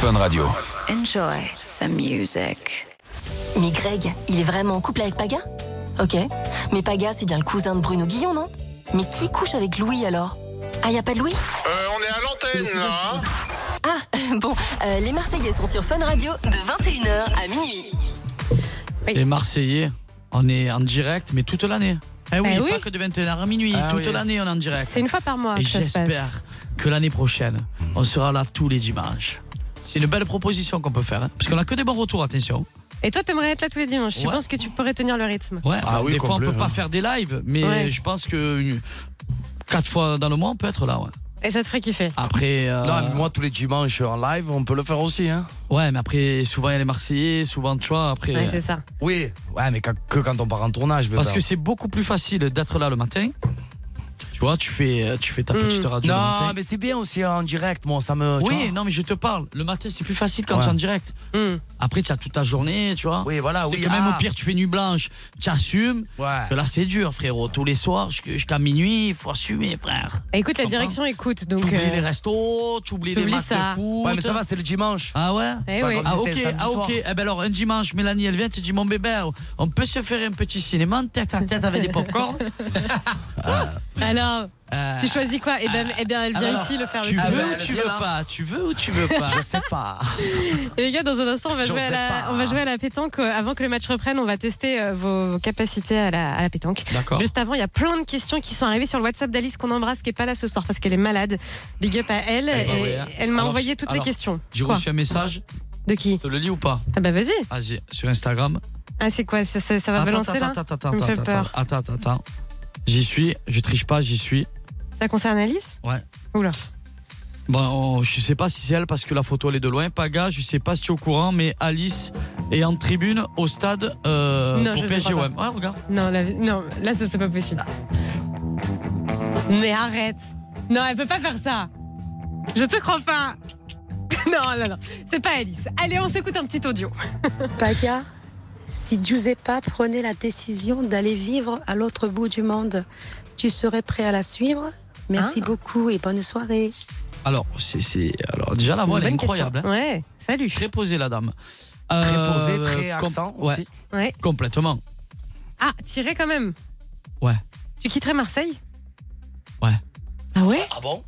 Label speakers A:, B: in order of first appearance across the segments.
A: Fun Radio.
B: Enjoy the music.
C: Mais Greg, il est vraiment en couple avec Paga Ok. Mais Paga, c'est bien le cousin de Bruno Guillon, non Mais qui couche avec Louis alors Ah, y a pas de Louis
D: Euh, on est à l'antenne là. hein
C: Ah, bon, euh, les Marseillais sont sur Fun Radio de 21h à minuit.
E: Les Marseillais, on est en direct, mais toute l'année. Eh oui,
F: Eh oui.
E: pas que de 21h à minuit,
A: Ah
E: toute
A: oui.
E: l'année on est en direct.
F: C'est une fois par mois
E: Et
F: que ça se passe.
E: j'espère que l'année prochaine, on sera là tous les dimanches. C'est une belle proposition qu'on peut faire, hein, parce qu'on a que des bons retours, attention.
F: Et toi, t'aimerais être là tous les dimanches. Je
E: Ouais.
F: pense que tu pourrais tenir le rythme.
E: Ouais,
A: Ah oui,
E: des fois on
A: complet,
E: peut pas
A: hein.
E: faire des lives, mais
F: Ouais.
E: je pense que une- quatre fois dans le mois on peut être là. ouais.
F: Et ça te ferait kiffer.
E: Après, euh,
A: Non, mais moi, tous les dimanches en live, on peut le faire aussi. Hein.
E: ouais, mais après souvent il y a les Marseillais, souvent tu vois après.
F: Ouais, c'est ça.
A: Oui, ouais, mais que que quand on part en tournage.
E: Parce
A: bébé.
E: que c'est beaucoup plus facile d'être là le matin. Tu vois, tu fais, tu fais ta
F: Mm.
E: petite radio le matin.
A: Non, mais c'est bien aussi hein, en direct, moi, ça me. tu
E: Oui,
A: vois.
E: non, mais je te parle. Le matin, c'est plus facile quand
A: Ouais.
E: tu es en direct.
F: Hum.
E: Après, tu as toute ta journée, tu vois.
A: Oui, voilà,
E: C'est
A: oui.
E: que même
A: ah,
E: au pire, tu fais nuit blanche, tu assumes. Que
A: Ouais.
E: là, c'est dur, frérot. Tous les soirs, jusqu'- jusqu'à minuit, il faut assumer, frère.
F: Et Écoute, la
E: Comprends.
F: direction écoute.
E: Tu
F: Donc,
E: oublies
F: euh,
E: les restos, tu oublies les
F: t'oublies
E: matchs
F: ça.
E: de foot.
A: Ouais, mais ça va, c'est le dimanche.
E: Ah ouais
F: eh
A: pas
F: oui.
A: grave.
E: ah ok,
A: C'était samedi
E: ah ok.
A: soir.
E: Eh ben alors un dimanche, Mélanie, elle vient, tu dis mon bébé, on peut se faire un petit cinéma tête à tête avec des popcorns.
F: Alors,
E: Euh,
F: Ah, tu choisis quoi Eh ben, eh bien, elle vient
E: alors,
F: ici le faire
E: Ah. tu
F: le
A: Ah
E: veux
A: ben,
E: ou
A: elle
E: tu
A: vient
E: veux
A: là.
E: pas Tu veux ou tu veux pas
A: Je sais pas.
F: Et les gars, dans un instant, on va,
A: J'en
F: jouer à,
A: sais
F: la,
A: pas.
F: on va jouer à la pétanque. Euh, Avant que le match reprenne, on va tester euh, vos, vos capacités à la, à la pétanque.
E: D'accord.
F: Juste avant, il y a plein de questions qui sont arrivées sur le WhatsApp d'Alice qu'on embrasse, qui est pas là ce soir parce qu'elle est malade. Big up à elle.
E: Eh ben
F: et
E: ouais, hein.
F: Elle m'a
E: Alors,
F: envoyé toutes
E: alors,
F: les questions.
E: J'ai
F: Quoi
E: reçu un message,
F: De qui
E: je te le lis ou pas
F: Ah bah vas-y.
E: Vas-y, sur Instagram.
F: Ah c'est quoi ça, ça, ça va
E: Attends,
F: balancer là
E: attends, attends, attends,
F: Ça me
E: attends,
F: fait
E: attends,
F: peur.
E: attends, attends, attends. J'y suis, je triche pas, j'y suis.
F: Ça concerne Alice
E: Ouais.
F: Oula.
E: Bon, on- je sais pas si c'est elle parce que la photo elle est de loin. Paga, je sais pas si tu es au courant, mais Alice est en tribune au stade euh,
F: Non,
E: pour
F: je sais
E: PSG.
F: pas.
E: Ouais, regarde.
F: Non, la- non, là ça c'est pas possible. Mais arrête. Non, elle peut pas faire ça. Je te crois pas. Non, non, non, c'est pas Alice. Allez, on s'écoute un petit audio.
E: Ah
G: Paga, si Giuseppa prenait la décision d'aller vivre à l'autre bout du monde, tu serais prêt à la suivre Merci beaucoup et bonne soirée.
E: Alors, c'est, c'est- alors déjà la voix elle est
F: Bonne
E: incroyable.
F: question. Ouais, salut.
E: hein. Très posée la dame.
A: Très
E: Euh,
A: posé, très accent
E: ouais,
A: aussi.
F: Ouais.
E: Complètement.
F: Ah, tiré quand même.
E: Ouais.
F: Tu quitterais Marseille
E: Ouais.
F: Ah ouais
A: Ah bon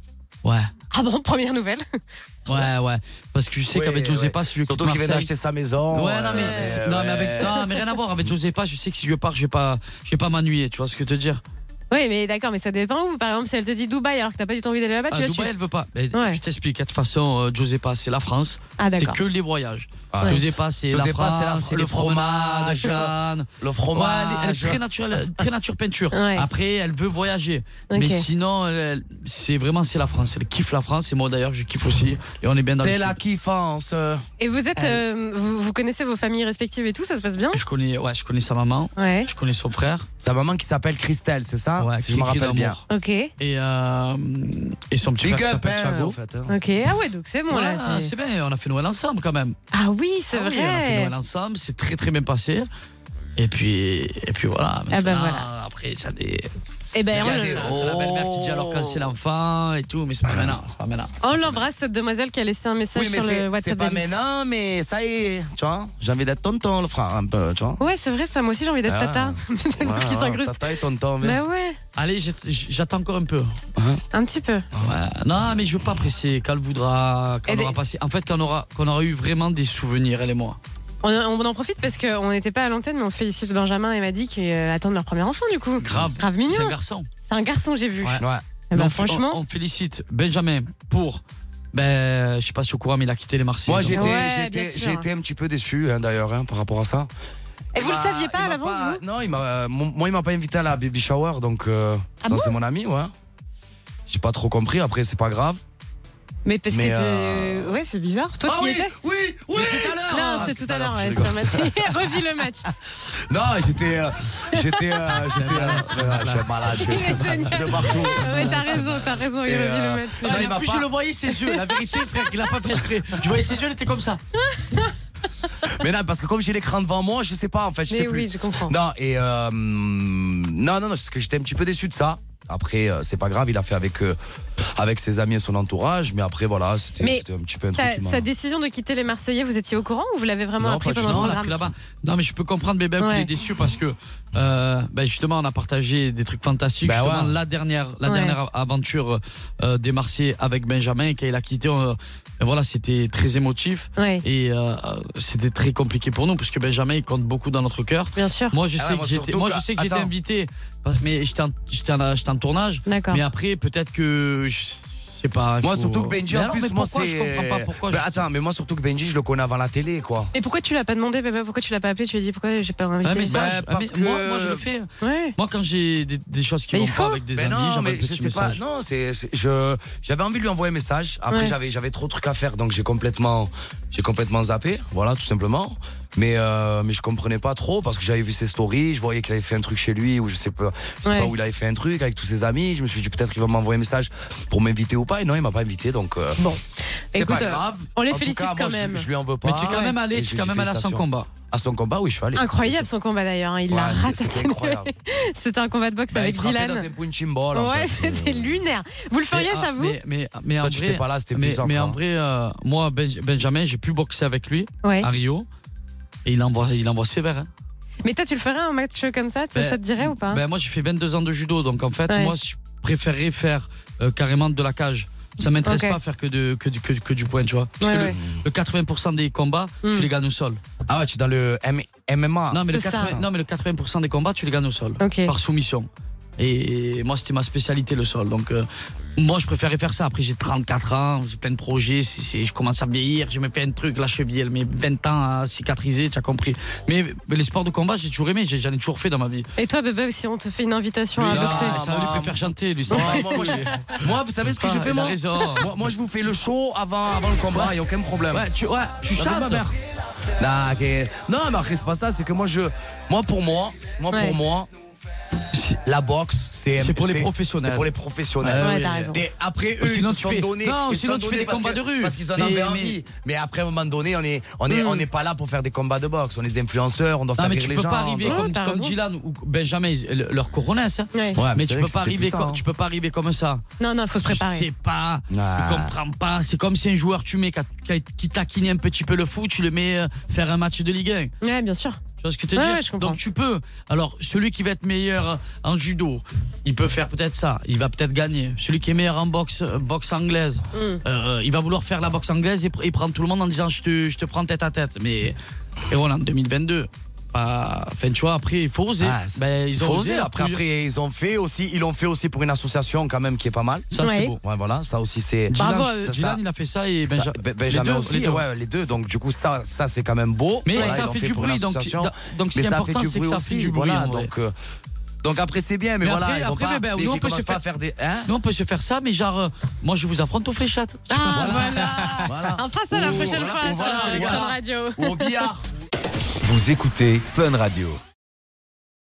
E: Ouais.
F: Ah bon, première nouvelle.
E: Ouais, ouais. Parce que je sais
A: Ouais,
E: qu'avec Josépa, si je quitte
A: Surtout qu'il vient
E: Marseille-
A: d'acheter sa maison.
E: Ouais, non, mais,
A: euh,
E: c'est- non, mais avec, non, mais rien à voir avec Josépa. Je sais que si je pars, je vais pas, je vais pas m'ennuyer. Tu vois ce que je veux te dire
F: Ouais, mais d'accord, mais ça dépend où. Par exemple, si elle te dit Dubaï alors que t'as pas du tout envie d'aller là-bas, tu
E: Ah,
F: la
E: Dubaï,
F: suis.
E: elle veut pas. Mais
F: Ouais.
E: Je t'explique. De toute façon, euh, Josépa, c'est la France.
F: Ah
E: C'est
F: d'accord.
E: que les voyages.
A: Ah, ouais.
E: Josépa, c'est la
A: Josépa, c'est la-
E: France, c'est
A: le
E: les promenades,
A: fromage.
E: Jeanne.
A: Le
E: Ouais, elle, est- elle est
A: fromage.
E: très naturelle, très nature peinture.
F: Ouais.
E: Après, elle veut voyager. Mais
F: Ok.
E: sinon, elle- elle- c'est vraiment c'est la France. Elle kiffe la France et moi d'ailleurs, je kiffe aussi. Et on est bien dans le
A: C'est la
E: sud.
A: kiffance.
F: Et vous êtes, euh, vous, vous connaissez vos familles respectives et tout, ça se passe bien
E: Je connais, ouais, je connais sa maman,
F: Ouais.
E: je connais son frère.
A: Sa maman qui s'appelle Christelle, c'est ça
E: Ouais,
A: Ah. Si je me
E: Kiki
A: rappelle bien.
E: d'amour.
F: Ok,
E: Et, euh, et son petit frère
A: Big
E: qui
A: up,
E: s'appelle
A: hein,
E: Thiago.
A: en fait, hein.
F: ok. Ah ouais, donc c'est bon
E: Ouais,
F: là. c'est-
E: c'est bien, on a fait Noël ensemble quand même.
F: Ah oui, c'est
E: Ah oui, on a fait
F: vrai.
A: hein.
E: Noël ensemble, c'est très très bien passé. Et puis, et puis
F: Ah
E: voilà,
F: bah
E: maintenant,
F: voilà.
E: après ça des...
F: Eh ben,
E: Il y a des-
F: on-
E: c'est la belle-mère qui dit alors quand c'est l'enfant et tout, mais c'est pas maintenant, c'est pas maintenant.
F: on l'embrasse cette demoiselle qui a laissé un message
A: Oui, mais
F: sur
A: c'est-
F: le
A: c'est
F: WhatsApp.
A: pas
F: d'Alice.
A: maintenant, mais ça y est, tu vois. J'ai envie d'être tonton, le frère, un peu, tu vois.
F: Ouais, c'est vrai, ça. Moi aussi, j'ai envie d'être
A: Ah.
F: tata.
A: Voilà,
F: qui s'incruste.
A: Tata et tonton, viens.
F: Bah ouais,
E: Allez, j'ai- j'attends encore un peu.
F: un petit peu.
E: Ouais, Non, mais je veux pas presser, quand elle voudra, quand
F: Elle
E: on aura
F: est-
E: passé. En fait, quand on aura, qu'on aura eu vraiment des souvenirs, elle et moi.
F: On, on en profite parce qu'on n'était pas à l'antenne, mais on félicite Benjamin et Maddy qui euh, attendent leur premier enfant, du coup. Grave
E: Grave. C'est un
F: mignon.
E: garçon.
F: C'est un garçon, j'ai vu.
E: Ouais.
A: Ouais.
F: Eh ben,
E: Mais on-
F: franchement.
E: On, on félicite Benjamin pour. Ben, je sais pas si au courant, mais il a quitté les Marseillais.
A: Moi,
E: donc.
A: j'étais
F: Ouais,
A: j'étais-
F: bien sûr.
A: j'ai été un petit peu déçu, hein, d'ailleurs, hein, par rapport à ça.
F: Et vous le
A: Bah,
F: saviez pas
A: il
F: à
A: m'a
F: l'avance,
A: pas-
F: vous
A: Non, il m'a, euh, mon- moi, il m'a pas invité à la baby shower, donc. euh,
F: Ah
A: non,
F: bon
A: c'est mon ami, ouais. J'ai pas trop compris, après, c'est pas grave.
F: Mais parce
A: Mais,
F: que. t'es-
A: euh,
F: Ouais, c'est bizarre. Toi, tu y étais
A: oui, oui
E: Mais c'est à l'heure.
F: Non,
A: Ah,
F: c'est tout à l'heure,
A: je
F: ouais, c'est
A: rigole.
F: un match. Revis le match.
A: Non, j'étais. euh, j'étais. euh, j'étais. euh, je suis malade, je suis-
F: Il est génial.
A: de partout.
F: Ouais, t'as raison, t'as raison, il
A: Et,
F: revis
A: euh,
F: le
E: Ah,
F: match.
E: mais
A: il
E: en
A: m'a
E: plus,
A: pas-
E: je le voyais ses yeux. La vérité, frère, il a pas fait exprès. Je voyais ses yeux, il était comme ça.
A: Mais non, parce que comme j'ai l'écran devant moi, je sais pas, en fait, je sais
F: Mais
A: plus.
F: oui, je comprends.
A: Non, et euh, non, non, non, parce que j'étais un petit peu déçu de ça. Après, euh, c'est pas grave, il a fait avec, euh, avec ses amis et son entourage. Mais après, voilà, c'était
F: Mais
A: c'était un petit peu un truc
F: Sa,
A: qui m'a-
F: sa décision de quitter les Marseillais, vous étiez au courant ou vous l'avez vraiment
E: Non,
F: appris
E: pas du
F: pendant le
E: tout. Non, on l'a
F: programme
E: appris là-bas. Non, mais je peux comprendre Bébé qu'il
F: Ouais.
E: est déçu parce que euh, ben, justement, on a partagé des trucs fantastiques.
A: Ben
E: justement,
A: ouais.
E: la dernière, la
F: Ouais.
E: dernière aventure euh, des Marseillais avec Benjamin et quand il a quitté, on- ben voilà, c'était très émotif
F: Ouais,
E: et euh, c'était très compliqué pour nous parce que Benjamin il compte beaucoup dans notre cœur.
F: bien sûr.
E: Moi,
A: Ah
E: je sais
A: ouais,
E: que
A: moi,
E: j'étais,
A: surtout
E: moi,
A: que-
E: je sais que j'étais
A: attends.
E: invité, mais j'étais en, j'étais en, j'étais en tournage.
F: D'accord.
E: Mais après, peut-être que je sais pas.
A: Moi,
E: faut-
A: surtout que Benji,
E: Mais
A: en
E: alors,
A: plus,
E: mais
A: moi,
E: pourquoi
A: c'est.
E: Je comprends pas pourquoi.
A: Ben,
E: je-
A: Attends, mais moi, surtout que Benji, je le connais avant la télé, quoi.
F: Et pourquoi tu l'as pas demandé, Pépé Pourquoi tu l'as pas appelé Tu lui as dit pourquoi j'ai pas invité
E: Un
A: parce
E: message. Ah, mais moi,
A: que-
E: moi, je le fais.
F: Ouais.
E: Moi, quand j'ai des, des choses qui
F: Mais
E: vont
F: il faut.
E: pas avec des
A: Ben
E: amis,
A: non,
E: j'envoie un
A: mais je
E: petit
A: sais pas.
E: message.
A: Non, c'est, c'est- je, j'avais envie de lui envoyer un message. Après,
F: Ouais.
A: j'avais, j'avais trop de trucs à faire, donc j'ai complètement, j'ai complètement zappé. Voilà, tout simplement. Mais, euh, mais je comprenais pas trop parce que j'avais vu ses stories, je voyais qu'il avait fait un truc chez lui ou je sais pas, je sais
F: Ouais.
A: pas où il avait fait un truc avec tous ses amis. Je me suis dit peut-être qu'il va m'envoyer un message pour m'inviter ou pas. Et non, il m'a pas invité, donc. euh,
F: Bon.
A: c'est
F: Écoute,
A: pas
F: euh,
A: grave.
F: on les
A: En tout
F: félicite
A: cas, moi,
F: quand
A: je-
F: même.
A: Je, lui en veux pas.
E: Mais tu es quand même allé,
A: Et
E: tu
A: je
E: es quand
A: lui
E: même allé à son
A: félicitations.
E: combat.
A: À son combat, oui, je suis allé.
F: euh, incroyable son combat d'ailleurs. hein. Il
A: Ouais,
F: l'a
A: c'était- c'était
F: ratatiné.
A: incroyable.
F: C'était un combat de boxe
A: Ben, il
F: avec
A: frappait
F: Dylan.
A: dans ses punching balls, en
F: ouais,
A: fait. Euh,
F: c'était lunaire. Vous le feriez,
E: ah,
F: ça, vous
E: mais, mais, mais en
A: Toi, tu
E: vrai,
A: n'étais pas là, c'était
E: mais,
A: plus simple,
E: mais en
A: hein.
E: vrai euh, moi, Ben- Benjamin, j'ai pu boxer avec lui
F: Ouais.
E: à
A: ah.
E: Rio. Et il envoie, il envoie sévère. hein.
F: Mais toi, tu le ferais un match comme ça Ça,
E: Ben,
A: Bah,
F: ça te dirait ou pas
E: Ben, moi, j'ai fait 22 ans de judo, donc en fait,
F: Ouais.
E: moi, je préférerais faire euh, carrément de la cage. Ça m'intéresse
F: Ok.
E: pas à faire que, de, que, du- que, que du point, tu vois. Parce
F: Ouais,
E: que
F: ouais.
E: le, le 80% des combats,
F: Hmm.
E: tu les gagnes au sol.
A: Ah ouais, tu es dans le M- MMA.
E: Non mais, le
F: C'est ça.
E: 80, non, mais le 80% des combats, tu les gagnes au sol.
F: Ok.
E: Par soumission. Et moi, c'était ma spécialité, le sol. Donc, euh, moi, je préférais faire ça. Après, j'ai 34 ans, j'ai plein de projets, c'est- c'est- je commence à vieillir, j'ai mes plein de trucs. La cheville, elle met 20 ans à cicatriser, tu as compris. Mais, mais les sports de combat, j'ai toujours aimé, j'ai- j'en ai toujours fait dans ma vie.
F: Et toi, Bébé, si on te fait une invitation
E: Lui,
F: à
E: il a-
F: boxer
A: boxer.
E: ça, lui, il préfère chanter, lui. ça Ah,
A: Ouais,
E: va.
A: moi, moi, je- moi, vous savez ce que je
E: Ah,
A: fais,
E: il a
A: moi
E: raison.
A: moi, moi, je vous fais le show avant, avant le combat, il a aucun problème.
E: Ouais, tu, ouais, tu
A: La vie de ma
E: chantes.
A: mère. Ah, ok. Non, mais après, c'est pas ça, c'est que moi, je. Moi, pour moi, moi,
F: Ouais.
A: pour moi, la boxe, c'est.
E: C'est pour les professionnels.
A: C'est pour les professionnels.
F: Ouais,
E: oui,
F: t'as
E: oui.
F: raison.
A: Des- après eux,
E: Sinon,
A: ils
E: tu
A: se sont
E: fais-
A: donnés.
E: non,
A: ils se
E: sinon,
A: sont
E: tu fais
A: donnés
E: des
A: parce
E: combats
A: que-
E: de rue.
A: Parce qu'ils en
E: Mais-
A: avaient
E: mais- Hmm.
A: envie. Mais après, à un moment donné, on est, on est,
F: Mm.
A: on est pas là pour faire des combats de boxe. On est des influenceurs, on doit
E: Non,
A: faire
E: mais
A: rire
E: tu
A: les
E: peux
A: gens. hein. Bah,
E: pas arriver
F: donc.
E: comme,
F: Ouais, t'as
E: comme
F: raison.
E: Dylan ou Benjamin, le- leur coronesse. hein.
F: Ouais.
A: Ouais, c'est
E: mais tu
A: vrai
E: peux
A: que
E: pas
A: c'était
E: arriver,
A: puissant,
E: comme,
A: hein.
E: tu peux pas arriver comme ça.
F: Non, non, il faut se
E: Je
F: préparer.
E: sais pas,
A: Ah.
E: je comprends pas. C'est comme si un joueur tu mets qui a- qui taquine un petit peu le foot, tu le mets euh, faire un match de Ligue 1. Tu
F: Ouais, bien sûr.
E: vois ce que je te
F: Ouais,
E: dis
F: ouais, je comprends.
E: Donc tu peux. Alors celui qui va être meilleur en judo, il peut faire peut-être ça, il va peut-être gagner. Celui qui est meilleur en boxe, euh, boxe anglaise,
F: Mm.
E: euh, il va vouloir faire la boxe anglaise et, pr- et prendre tout le monde en disant je te, je te prends tête à tête. Mais et voilà, en 2022. pas- Enfin, tu vois, après, il faut oser.
A: Ah, c'est-
E: Ben, ils ont
A: Faut
E: osé.
A: oser, Après,
E: plusieurs-
A: après, ils ont fait aussi. Ils l'ont fait aussi pour une association quand même qui est pas mal.
E: Ça,
F: Ouais.
E: c'est beau.
A: Ouais, voilà, ça aussi c'est.
E: Bravo,
A: Ça,
E: euh,
A: ça-
E: Dylan, il a fait ça et
A: ça-
E: Benja-
A: Ben- Benjamin
E: les deux, hein.
A: aussi,
E: les deux.
A: ouais, les deux. Donc du coup, ça, ça c'est quand même beau.
E: Mais
A: Voilà, ils
E: ça
A: l'ont
E: fait du
A: pour une
E: bruit, donc,
A: association.
E: da- donc ce
A: mais
E: qui est
A: ça fait
E: important,
A: du
E: c'est
A: bruit
E: que ça
A: aussi,
E: fait du bruit.
A: Voilà,
E: en vrai.
A: donc, euh, donc après c'est bien, mais,
E: Mais
A: voilà,
E: après-
A: ils vont
E: après,
A: pas,
E: ben, ben,
A: mais
E: nous, on
A: ils
E: peut se
A: commencent pas à faire des. Hein
E: Nous, on peut se faire ça, mais genre, euh, moi, je vous affronte aux fléchettes.
F: Ah, voilà
A: Voilà.
F: On fera ça la
A: Ouh,
F: prochaine
A: voilà,
F: fois
A: voilà,
F: sur euh,
A: voilà.
F: Fun Radio.
A: Ou au billard.
H: Vous écoutez Fun Radio.